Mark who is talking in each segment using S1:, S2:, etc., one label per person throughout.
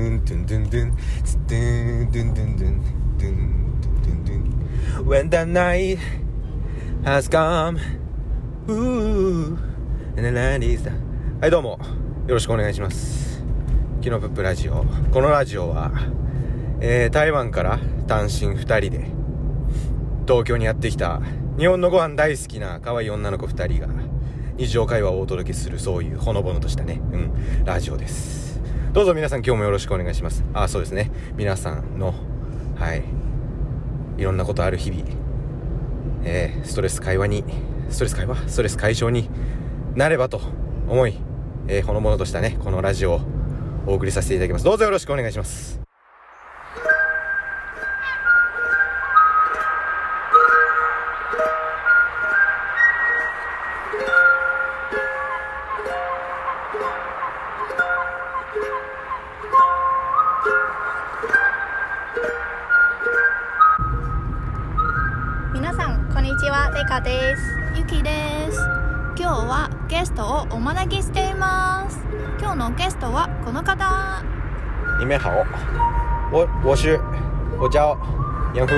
S1: ンドゥンツドゥンドゥンドゥンドゥンドゥンドゥンドゥンドゥン When the night has come Ooh and the night is the はいどうもよろしくお願いしますキノプップラジオこのラジオは、えー、台湾から単身2人で東京にやってきた日本のご飯大好きな可愛い女の子2人が日常会話をお届けするそういうほのぼのとしたねうんラジオですどうぞ皆さん今日もよろしくお願いしますあそうですね皆さんのはいいろんなことある日々えーストレス会話にストレス会話ストレス解消になればと思い、えーほのぼのとしたねこのラジオをお送りさせていただきますどうぞよろしくお願いします
S2: 皆さんこんにちはレカです
S3: ゆきです今日はゲストをお招きしています今日のゲストはこの方
S1: 你们好，我我是我叫杨夫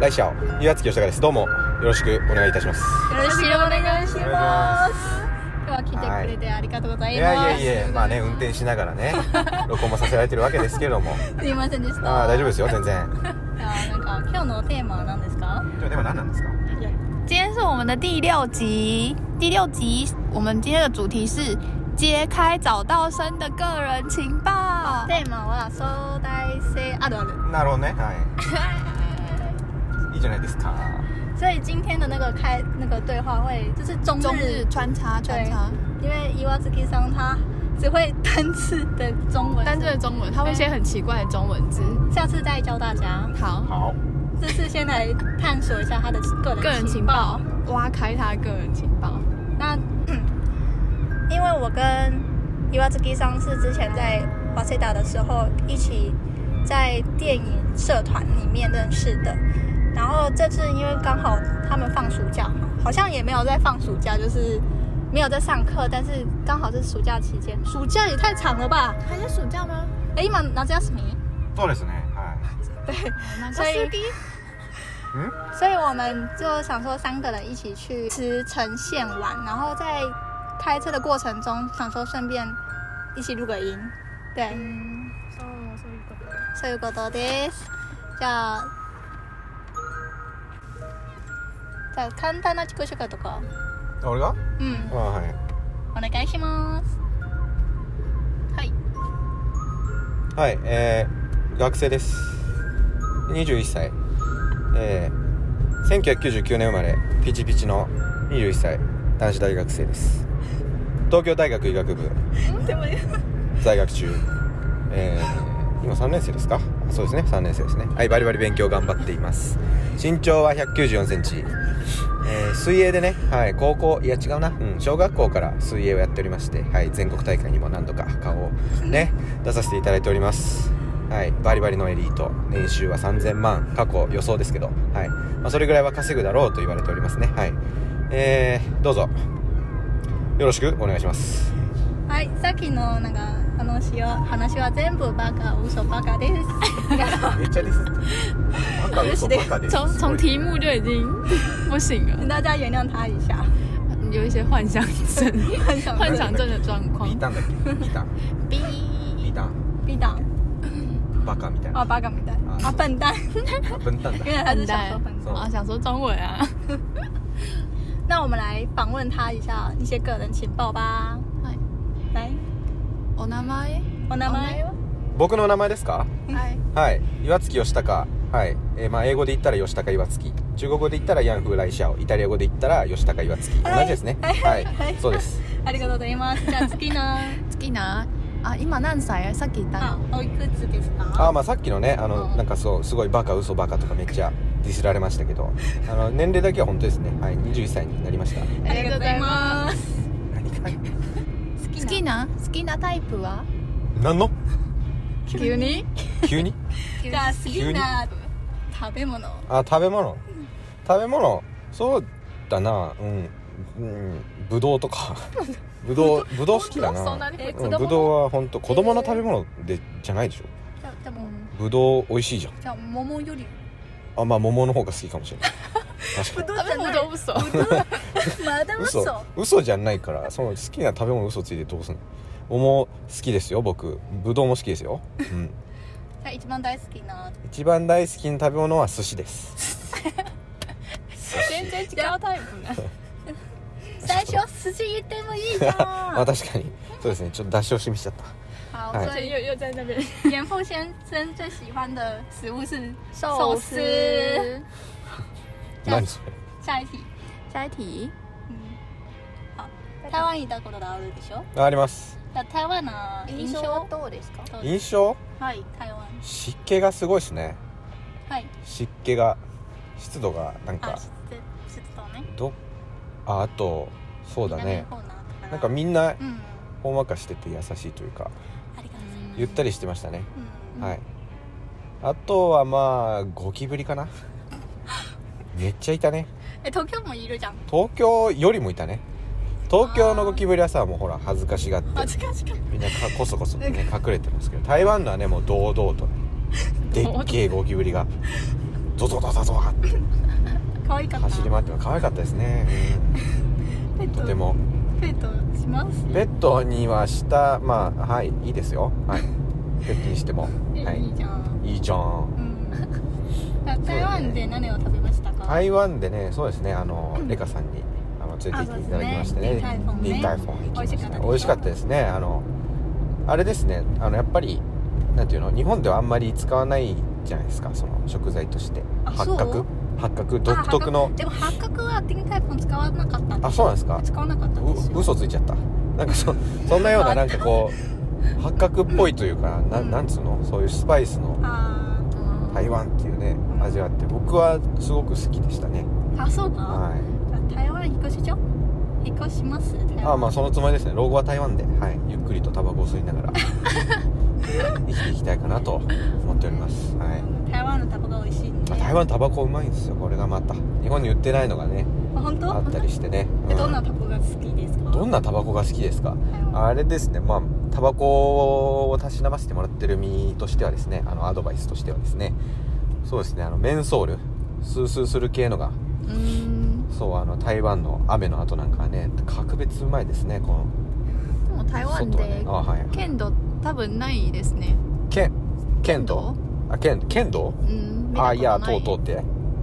S1: 来小ゆあつき吉高です。どうもよろしくお願いいたします。
S2: よろしくお願いします今日は
S1: は
S2: 来て
S1: い
S2: くれてありがとうござ
S1: い
S2: い
S1: や
S2: ます、
S1: いやいや、まあね運転しながら ね録音もさせられてるわけですけれども、
S2: すいませんでした
S1: あー大丈夫ですよ全然。
S2: あーなんか今日のテーマは何ですか
S1: でもでも何なんですか？
S3: 今天是我们的第六集第六集我们今天的主题是揭开找到生的个人情报
S2: テーマは相対性あるある
S1: なるほど ねはい。いいじゃないですか。
S2: 所以今天的那个开那个对话会就是中日
S3: 中日穿插穿插
S2: 因为伊瓦兹基桑他只会单字的中文
S4: 但这个中文，它会写很奇怪的中文字。
S2: 下次再教大家
S4: 好，
S1: 好。
S2: 这次先来探索一下他的个人
S4: 个人情报，挖开他个人情报。
S2: 那、 因为我跟伊瓦兹基桑是之前在瓦塞达的时候一起在电影社团里面认识的，然后这次因为刚好他们放暑假嘛，好像也没有在放暑假，就是没有在上课，但是刚好是暑假期间，暑假也太长了吧？
S4: 还在暑假吗？
S2: 哎，今夏休み？
S1: そうですねは
S2: 所以
S1: い。ん？
S2: 所以我们就想说三个人一起去茨城县玩，然后在开车的过程中想说顺便一起录个音，对，そういうことです。じゃあ、じゃあ簡単な自己紹介とか、
S1: あ俺が？
S2: うん
S1: あ、はい。
S2: 嗯お願いします。はい。
S1: はい、えー、学生です21歳えー、1999年生まれピチピチの21歳男子大学生です東京大学医学部
S2: でも
S1: 在学中えー、今3年生ですかあそうですね3年生ですねはいバリバリ勉強頑張っています身長は1 9 4センチ、えー水泳でね、はい、高校いや違うな、うん、小学校から水泳をやっておりまして、はい、全国大会にも何度か顔をね出させていただいておりますはい、バリバリのエリート年収は3000万過去予想ですけど、はいまあ、それぐらいは稼ぐだろうと言われておりますねはいえー、どうぞよろしくお願いします
S2: はい、さっきのなんか話は話は全部バカ嘘バカです。
S1: めっちゃですバカ嘘バカで
S4: 从从题目就已经不行了，
S2: 大家原谅他一 下，
S4: 有一些幻想症，
S2: 很想
S4: 幻想症的状况
S1: ビ。タンだっけビタン
S2: 逼
S1: ビタン
S2: 逼到。
S1: バカみたいな
S2: 啊，八个笨蛋
S1: 啊
S2: 啊，笨蛋，
S1: 分担だ
S2: 原来他是想说笨
S1: 笨
S2: 蛋。
S1: 蛋
S4: 啊，想说中文啊。
S2: 那我们来访问他一下一些个人情报吧。
S4: 嗨
S2: 来，
S4: お名前？
S2: 我名前
S1: 僕の名前ですか
S2: 哎
S4: 嗨，
S1: はい岩月義高はい、えーまあ、英語で言ったら吉高岩月中国語で言ったらヤンフーライシャオイタリア語で言ったら吉高岩月同
S2: はい
S1: じですね
S2: はい
S1: はい、
S2: はい
S1: そうです
S2: ありがとうございます。じゃあ次の、
S4: 好きな。あ、今何歳？さっき言った
S2: あ
S4: の。、
S2: おいくつです
S1: あー
S2: か？
S1: まあさっきのねあの、
S2: うん
S1: なんかそうすごいバカ嘘バカとかめっちゃディスられましたけどあの年齢だけは本当ですねはい21歳になりました
S2: ありがとうございます。
S1: 何か
S4: 好きな好きなタイプは？
S1: 何の
S4: 急に？
S1: 急に
S2: じゃあ好きな食べ物。
S1: あ食べ物食べ物そうだなうん、うん、ぶどうとかぶどうぶどう好きだな
S4: そんなに
S2: え
S1: う
S2: 子
S1: ん
S2: 供
S1: ぶどうは本当子供の食べ物でじゃないでしょ
S2: じゃでも
S1: ぶどう美味しいじゃん
S2: じゃあ桃より
S1: あまあ桃の方が好きかもしれない確かに
S2: ど
S4: 食べ物不足。
S2: まだ嘘
S1: 嘘嘘じゃないからその好きな食べ物嘘ついてどうすんの桃好きですよ僕ぶどうも好きですよ、うん、
S2: じゃあ一番大好きな
S1: 一番大好きな食べ物は寿司です寿
S4: 全
S1: 司
S4: 然違うタイプね。
S2: 最初寿司言ってもいいじゃん
S1: まあ確かにそうですねちょっと出し惜しみしちゃった
S2: 好
S1: はい
S2: 所以
S4: 又又在那边。
S2: 严复先生最喜欢的食物是
S3: 寿司
S2: じゃあ
S1: 何それ
S2: 下一题
S3: 下一题，
S2: 嗯好台湾にいたことがあるでしょ
S1: ああります
S2: じゃあ台湾の印象
S3: どうですか？
S2: どうです
S1: 印象
S2: かはい台湾
S1: 湿気がすごいですね
S2: はい
S1: 湿気が湿度がなん
S2: あ
S1: か
S2: 知って知ってたね
S1: どああとそうだね
S2: 南の方なだから
S1: なんかみんな
S2: うん
S1: ほんわかしてて優しいというか
S2: ありがとうございます
S1: ゆったりしてましたね、
S2: うん
S1: はいあとはまあゴキブリ かなめっちゃいたね
S2: え東京もいるじゃん
S1: 東京よりもいたね東京のゴキブリはさもうほら恥ずかしがって
S2: あ近い近い
S1: みんなかこそこそとね隠れてますけど台湾のはねもう堂 々とねでっけえゴキブリがゾゾゾゾゾって
S2: 可愛かった
S1: 走り回っても可愛かったです ね、
S2: ペ
S1: うんと
S2: ッ
S1: て
S2: ト
S1: も
S2: ペットします
S1: ペットにはしたまあはいいいですよはいペットにして も
S2: え
S1: はい
S2: いいじゃん
S1: いいじゃん
S2: うんあ台湾で何を食べましたか
S1: 台湾でねそうですねあの、レカさんにあの連れて行っていただきましてね
S2: あそうですね
S1: リンタイフォン行きまし
S2: 美味しかったた
S1: ね
S2: です
S1: 美味しかったですねあのあれですねあのやっぱりなんていうの日本ではあんまり使わないじゃないですかその食材として
S2: あ
S1: 八
S2: そ
S1: 角
S2: う
S1: 八角独特の
S2: あ八角でも八角はティンタイプン使わなかったんで
S1: あ
S2: す
S1: そうなんですか
S2: 使わなかったんです
S1: う
S2: よ
S1: 嘘ついちゃったなんかそそんなようななんかこう八角っぽいというかな
S2: うん
S1: なんつうのそういうスパイスの
S2: あ
S1: 台湾っていうね
S2: ん
S1: 味わって僕はすごく好きでしたね
S2: ーあそうか
S1: はい
S2: じゃあ台湾引っ越しちゃう引っ越します台
S1: あ
S2: 湾
S1: まあそのつもりですね老後は台湾で、はい、ゆっくりとタバコを吸い ながら生きていきたいかなと思っております、はい
S2: 台湾のタバコ美味しいんで
S1: まあ、台湾タバコうまいんですよこれがまた日本に売ってないのがね
S2: あ本当
S1: あったりしてね、う
S2: えどんなタバコが好きですか
S1: どんなタバコが好きですか
S2: 台湾
S1: あれですねまあタバコをたしなませてもらってる身としてはですねあのアドバイスとしてはですねそうですねあのメンソールスースーする系のが
S4: 嗯，
S1: そうあの台湾の雨の後なんかはね格別うまいですねこの
S4: でも台湾
S1: 外はね
S4: で
S1: あはい
S4: 剣道多分ないですね。
S1: 剣剣道あ剣剣道
S4: うん。
S1: あいやと
S4: と
S1: うとうって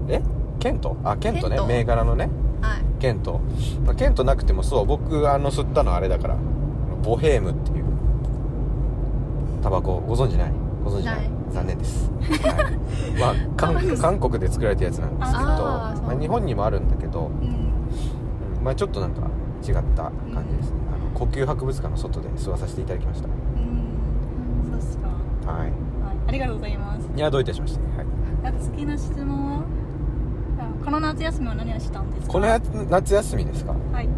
S1: え剣道あ剣道ね
S4: 剣道
S1: 銘柄のね
S4: はい。
S1: 剣道、まあ、剣道なくてもそう僕あの吸ったのあれだからあのボヘームっていうタバコご存知ないご存知ない
S4: ない
S1: 残念です、はい、まあ韓韓国で作られたやつなんですけど
S4: あーそう
S1: まあ、日本にもあるんだけど、
S2: うん
S1: うんまあ、ちょっとなんか違った感じですね、あの呼吸博物館の外で吸わさせていただきました
S2: うんそうっすかは
S1: はい
S2: いありがとうございます
S1: いやどういたしまして、はい、
S2: なんか好きな質問はあこの夏休みは何をしたんですか
S1: このや夏休みですか
S2: はい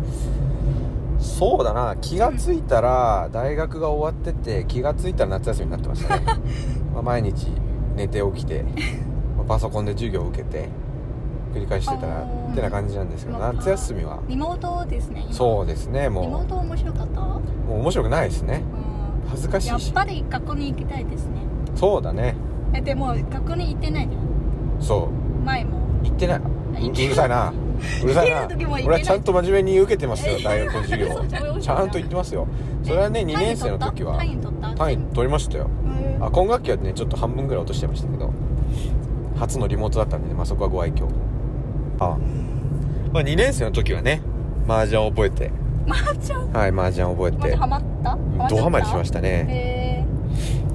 S1: そうだな気がついたら大学が終わってて気がついたら夏休みになって ましたねまあ毎日寝て起きてまあパソコンで授業を受けて繰り返してたら
S2: あー
S1: ってな感じなんですけど
S2: まあ
S1: 夏休みは
S2: リモートですね今
S1: そうですね
S2: リモ
S1: も
S2: ート面白かった
S1: うもう面白くないですね
S2: うん
S1: 恥ずかし
S2: や
S1: い
S2: っ
S1: し
S2: ぱり学校に行きたいですね
S1: そうだね
S2: えでも学校に行ってないじゃん
S1: そう
S2: 前も
S1: 行ってない
S2: 行
S1: う
S2: ってないう
S1: るさいなうるさい
S2: 行
S1: な
S2: ってる時も行ってない
S1: 俺はちゃんと真面目に受けてますよ大学の授
S2: そうそ
S1: 業
S2: う
S1: をちゃんと行ってますよそれはね2年生の時は
S2: 単位取った
S1: 単位取りましたよ
S2: へー
S1: あ今学期はねちょっと半分ぐらい落としちゃいましたけど初のリモートだったんで、ねまあ、そこはご愛嬌あ、まあ、2年生の時はね麻雀を覚えて
S2: まーちゃん
S1: はい麻雀を覚え
S2: まーち
S1: て
S2: ゃんハマった
S1: ドハマりしま
S2: し
S1: したね
S2: へ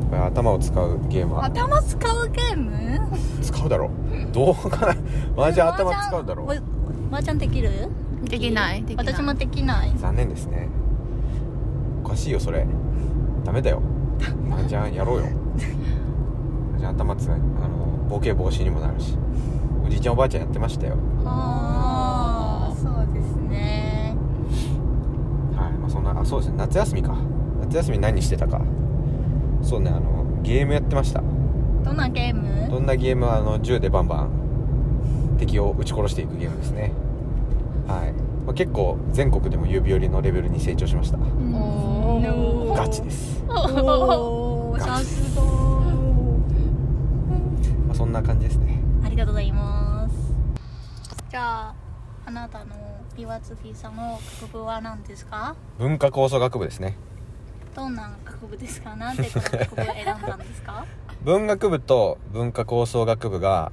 S1: やっぱり頭を使うゲーム
S2: ー
S1: は
S2: 頭使うゲーム
S1: 使うだろうどうかな麻雀頭使うだろう
S2: うまーちゃんできる
S4: できない。できない
S2: 私もできない
S1: 残念ですねおかしいよそれダメだよ麻雀や ろうよじゃあ頭使いあのボケ防止にもなるしおじいちゃんおばあちゃんやってましたよ
S2: ああそうですね
S1: はい、まあ、そんなあそうですね夏休みか夏休み何してたかそうねあのゲームやってました
S2: どんなゲーム
S1: どんなゲームはあの銃でバンバン敵を撃ち殺していくゲームですねはい、まあ、結構全国でも指折りのレベルに成長しました
S4: おー
S2: おー
S1: ガチです
S2: おおさすが
S1: そんな感じですね
S2: ありがとうございます。じゃあ、あなたの岩月さんの学部は何ですか
S1: 文化構想学部ですね
S2: どんな学部ですかなんでこの学部を選んだんです か
S1: 文学部と文化構想学部が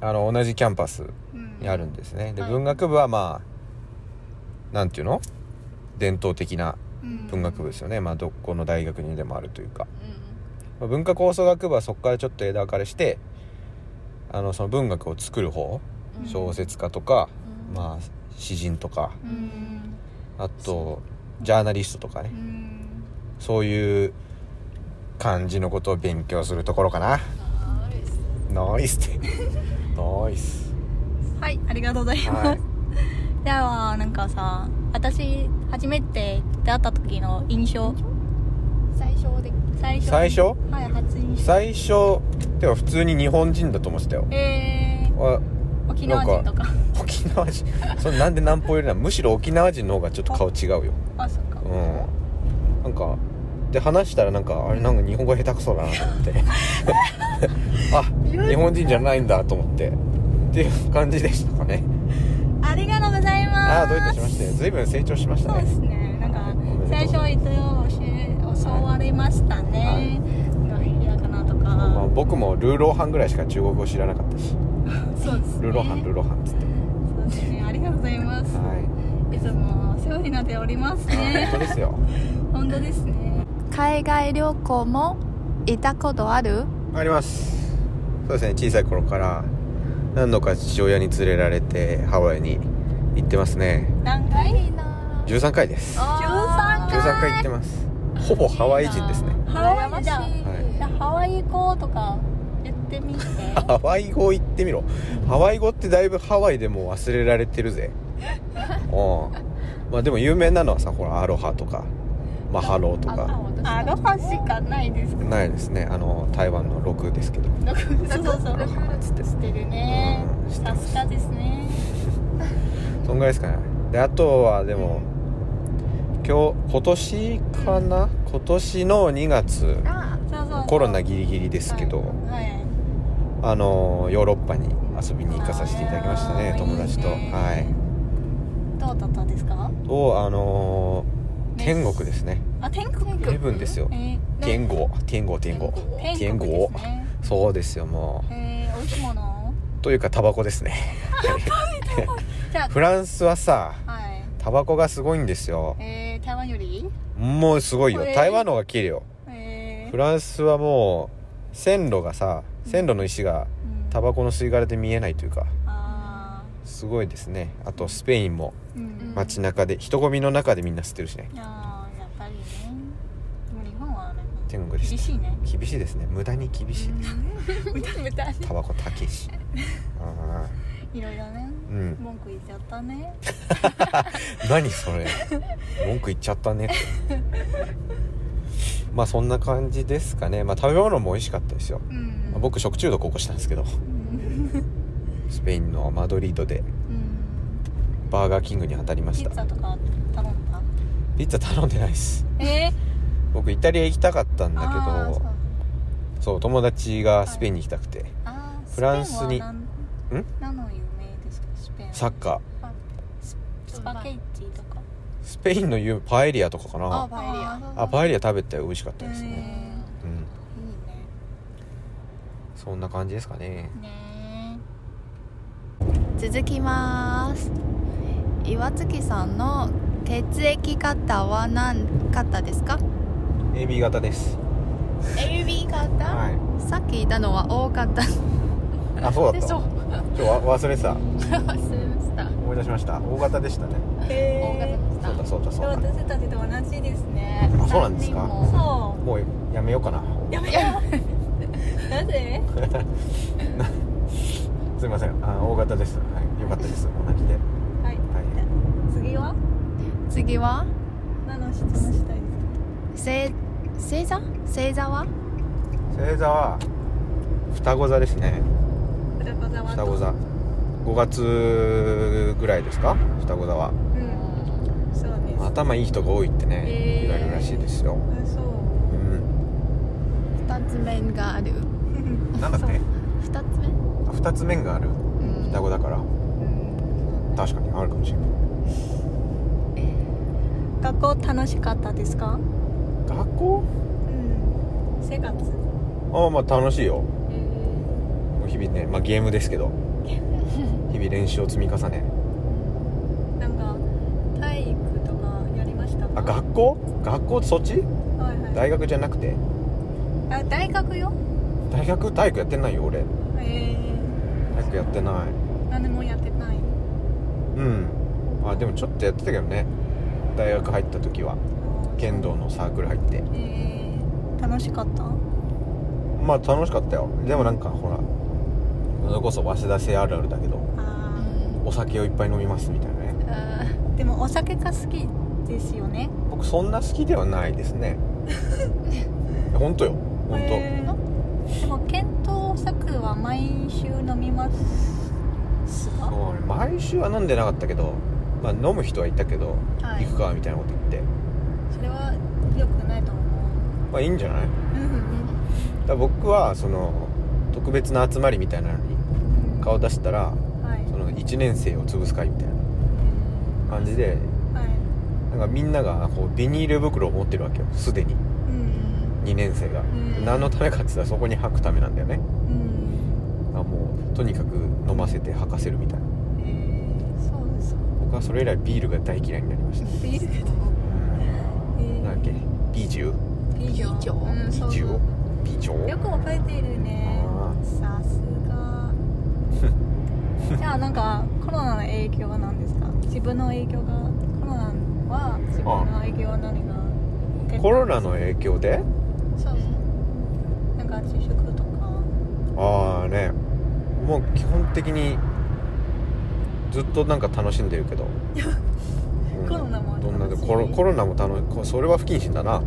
S1: あの同じキャンパス
S2: うん
S1: にあるんですねで
S2: はい
S1: 文学部はまあなんていうの伝統的な
S2: うん
S1: 文学部ですよね、まあどこの大学にでもあるというか、
S4: うん
S1: まあ文化構想学部はそこからちょっと枝分かれしてあのその文学を作る方
S4: うん
S1: 小説家とか、
S4: うん
S1: まあ詩人とか
S2: うん。
S1: あとジャーナリストとかね
S2: うん。
S1: そういう感じのことを勉強するところかな
S4: あれです
S1: ナイス ってナイス
S2: はい、ありがとうございます。
S1: はい
S2: では、なんかさ、私、初めて出会った時の印象。
S3: 最初で
S2: 最初。
S1: 最初
S2: はい、初印象。
S1: 最初でも普通に日本人だと思ってたよ
S2: え
S1: あ
S2: ー、沖縄人とか。
S1: 沖縄人 それなんで南方よりなむしろ沖縄人の方がちょっと顔違うよ
S2: あ、そっか。
S1: うんなんかで話したらなんかあれなんか日本語下手くそだなと思って あ日本人じゃないんだと思ってっていう感じでしたかね
S2: ありがとうございます。
S1: ああどういたしまして随分成長しました
S2: そうで
S1: ね
S2: すね。なんか最初はいつも教え教わりましたね。なんかひらがなと
S1: まあ、
S2: か。
S1: 僕もルーローハンぐらいしか中国語知らなかったし
S2: そうですね。
S1: ルーローハンルーローハンっつって
S2: そうですね。ありがとうございます。
S1: はい
S2: いつもお世話になっております
S1: 本当
S2: ね。
S1: ですよ
S2: 本当ですね。
S3: 海外旅行も行ったことある
S1: ありますそうですね小さい頃から何度か父親に連れられてハワイに行ってますね
S2: 何回？
S1: 13回です13
S2: 13回
S1: 回行ってますほぼハワイ人ですね
S2: ハワイじゃ
S4: 羨ましい
S2: ん。
S1: はい
S2: じゃあハワイ行こうとかやってみて。
S1: ハワイ語行ってみろハワイ語ってだいぶハワイでもう忘れられてる ぜうんまあでも有名なのはさほらアロハとかマハローとか
S2: アロハしかないです。
S1: ないですねあの台湾の6ですけど
S2: そうそうそう。してるね
S1: うん。知って
S2: さ
S1: ます
S2: すがですね。
S1: そんぐらいですかねであとはでも今日今年かな今年の2月
S2: そうそうそう。
S1: コロナギリギリですけど、
S2: はい。
S1: あのヨーロッパに遊びに行かさせていただきました
S2: あ
S1: ね
S2: ー
S1: 友達と
S2: いいね
S1: はい
S2: どうだったんですか？
S1: とあのー
S2: ね
S1: 天国ですね
S2: あ、天国。
S1: ヘブンですよ
S2: えーな
S1: 天国天国天国
S2: 天国ですね。
S1: そうですよも
S2: えー、美味しいもの？
S1: うというかタバコですね
S2: じゃ
S1: フランスはさ
S2: あ、はい。
S1: タバコがすごいんですよ
S2: えー、台湾より？
S1: もうすごいよ
S2: えー
S1: 台湾の方が綺麗よ
S2: え
S1: フ
S2: ー、
S1: ランスはもう線路がさ
S2: うん
S1: 線路の石が
S2: うん
S1: タ。バコの吸い殻で見えないというか
S2: あ
S1: すごいですねあとスペインも
S2: ー、うん。
S1: 街中で人混みの中でみんな吸ってるしね
S2: あー、やっぱりね。でも日本はなんか
S1: 天国で
S2: 厳
S1: し
S2: し
S1: た
S2: いね。
S1: 厳しいですね無駄に厳しいです
S2: 無駄無駄。
S1: タバコ高いしあ
S2: いろいろね。
S1: ーうん
S2: 文句言っちゃったね。
S1: 何それ文句言っちゃったねってまあそんな感じですかねまあ食べ物も美味しかったですよ
S2: うん
S1: まあ。僕食中毒起こしたんですけど
S2: うん。
S1: スペインのマドリードで
S2: うん
S1: バーガーキングに当たりま
S2: ピ
S1: した
S2: ッツァとか頼んだ？
S1: ピッツァ頼んでないです
S2: えー、
S1: 僕イタリア行きたかったんだ
S2: あー
S1: け
S2: そう
S1: どそう友達がスペインに行きたくて、
S2: あー
S1: フランスに
S2: スペは何
S1: ん
S2: 何の有名ですかスペイン
S1: サッカー
S2: スパゲッティとか
S1: スペインの有パエリアとかかな
S4: パエリア
S1: あパエリア食べて美味しかったです
S2: へ
S1: ね、うん、
S2: ーいいね
S1: そんな感じですかね
S2: ね
S3: 続きます岩月さんの血液型は何型ですか
S1: AB 型です
S3: AB 型
S1: は
S3: さっきいたのは O 型
S1: いあそうだ
S3: で
S1: った
S3: しょ
S1: ちょわ忘れて た
S3: 忘れました
S1: 思い出しました O 型でしたね
S2: え
S3: O 型でした
S1: そうだそうだそうだ
S2: 私たちと同じですね
S1: あそうなんですか
S3: 三人も
S2: そ
S1: もうやめようかな
S2: うやめよう なぜ
S1: すいませんあ O 型です、はい、よかったです同じで
S2: はい
S1: 大変
S2: 次は
S3: 次は
S2: 何の質問したいです
S3: 星星座星座は
S1: 星座は双子座ですね
S2: か双子座は
S1: 双子座5月ぐらいですか双子座は
S2: うんそうです
S1: 頭いい人が多いってね
S2: へー
S1: 言われるらしいですよ、
S2: あそう
S1: うん、
S3: 二つ面がある
S1: なんだって
S3: 二
S4: 二つ目
S1: 二つ面がある
S4: うん
S1: 双子だから確かにあるかもしれない
S2: 学校楽しかったですか？
S1: 学校
S2: うん。生活。
S1: ああまあ楽しいよもう日々ね、まあ、ゲームですけど日々練習を積み重ね
S2: なんか体育とかやりました
S1: あ学校学校そっち
S2: はいはい。
S1: 大学じゃなくて
S2: あ大学よ。
S1: 大学体育やってないよ俺
S2: え
S1: 体育やってない
S2: ー、何もやってない。
S1: うんあでもちょっとやってたけどね大学入った時は剣道のサークル入って
S2: えー、楽しかった。
S1: まあ楽しかったよでもなんかほらそれこそ早稲田生あるあるだけど
S2: あ
S1: お酒をいっぱい飲みますみたいなね
S4: あ
S2: ーでもお酒が好きですよね。
S1: 僕そんな好きではないです ね本当よ本当、
S2: えーでも検討作は毎週飲みますか？
S1: そうね毎週は飲んでなかったけど、まあ、飲む人はいたけど、
S2: はい
S1: 行くかみたいなこと言って
S2: それは良くないと思
S1: まあいいんじゃないだか
S2: う。うん
S1: ら僕はその特別な集まりみたいなのに
S2: うん。
S1: 顔出したら
S2: はい
S1: その1年生を潰す会みたいな感じで
S2: はい。
S1: なんかみんながこうビニール袋を持ってるわけよすでに
S2: うん
S1: 2年生が、
S2: ん
S1: 何のためかって言ったらそこに吐くためなんだよね
S2: うん。
S1: あもうとにかく飲ませて吐かせるみたいな
S2: えー、そうですか。
S1: 僕はそれ以来ビールが大嫌いになりました
S2: ビール。
S1: なんだっけビジュ
S2: ビ
S4: ジョ
S2: うん、そう
S1: ビジョビジ
S2: よ
S1: ョ
S2: く覚えているね
S1: あ
S2: さす がじゃあなんかコロナの影響は何ですか自分の影響がコロナは自分の影響は何が受けた
S1: コロナの影響で
S2: そうそうなんか自粛とか
S1: ああねもう基本的にずっとなんか楽しんでるけど、うん
S2: コロナも楽しい
S1: どんなでコロコロナも楽しこそれは不謹慎だな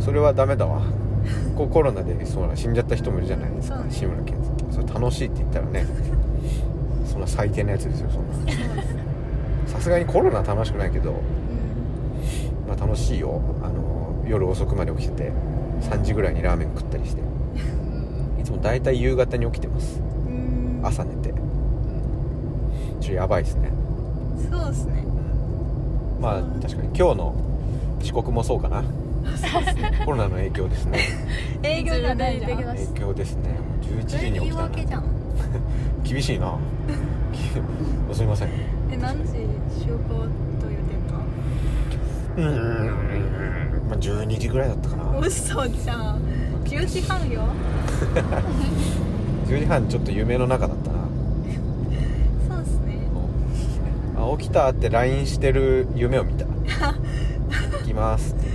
S1: それはダメだわこうコロナでそう死んじゃった人もいるじゃないです
S2: そう
S1: か
S2: ね
S1: 志村けんさんそれ楽しいって言ったらねそんな最低なやつですよそんなさすがにコロナ楽しくないけど、まあ、楽しいよあの夜遅くまで起きてて3時ぐらいにラーメン食ったりしていつも大体夕方に起きてます
S2: うん
S1: 朝寝てちょっとやばいですね
S2: そうですね
S1: まあ確かに今日の遅刻もそうかなコロナの影響ですね
S2: 営業が大事
S4: 自分の
S2: だ
S4: 影
S1: 影響ですね11
S2: そ
S1: 時
S2: れ
S1: に
S2: 言
S1: 起き
S2: い
S1: たな
S2: 訳じゃん
S1: 厳しいな すいま せん
S2: え何時集合と言って
S1: うーんまあ12時ぐらいだったか
S2: た
S1: な
S2: 嘘じゃん10時半よ
S1: 10時半ちょっと夢の中だったな
S2: そうですね
S1: あ起きたって LINE してる夢を見た行きますって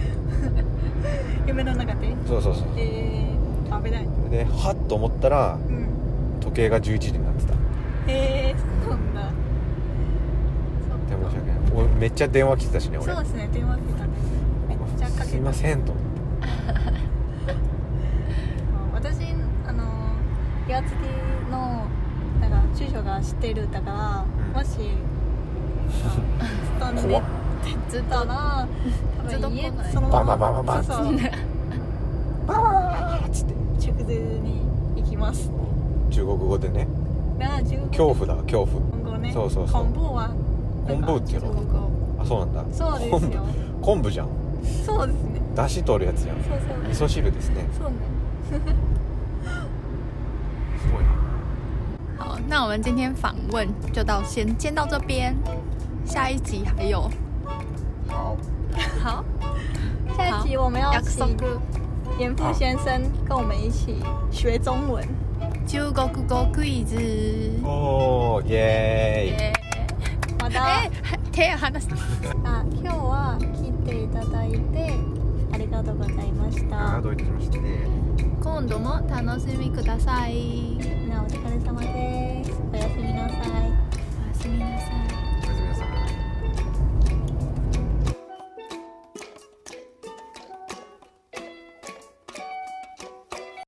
S2: 夢の中で
S1: そうそうそう
S2: えー、危ない
S1: ではっと思ったら
S2: うん
S1: 時計が11時になってた
S2: へえそうなんだそっか
S1: で申し訳ない俺めっちゃ電話来てたしね俺
S2: そうですね電話来たねめっちゃかけて
S1: すいませんと
S2: 私あの岩槻のなんか住所が知ってるだから
S1: ん
S2: もしあの勤
S1: 怖
S2: め
S1: って
S4: ずってと
S2: たら
S4: ず
S2: 多
S4: っと
S2: 分家
S4: 来ない
S2: そのまま
S1: バンバンバンバン
S2: そうそう
S1: あーっつって
S2: 直前に行きます
S1: 中国語でね
S2: なあ中国
S1: 恐怖だ恐怖
S2: 今後ね
S1: そうそうそう
S2: 昆布はなんか
S1: 昆布っていうのあそうなんだ
S2: そうですよ
S1: 昆布じゃん
S2: そうですね
S1: だし取るやつじゃん
S2: そうそう
S1: 味噌汁ですね
S2: そうね
S1: すごいな
S3: 好，那我们今天访问就到先先到这边，下一集还有
S1: 好
S3: 好
S2: 下一集我们要
S3: 約束
S2: 请严复先生跟我们一起学中文。
S3: 中国語クイズ。
S1: おーイエーイ
S2: また
S3: 哎，手を離した。
S2: あ今日は来ていただいてありがとうございまし
S1: あー
S2: た。
S1: どういたしまして
S4: 今度も楽しみください。
S2: みんなお疲れ様です。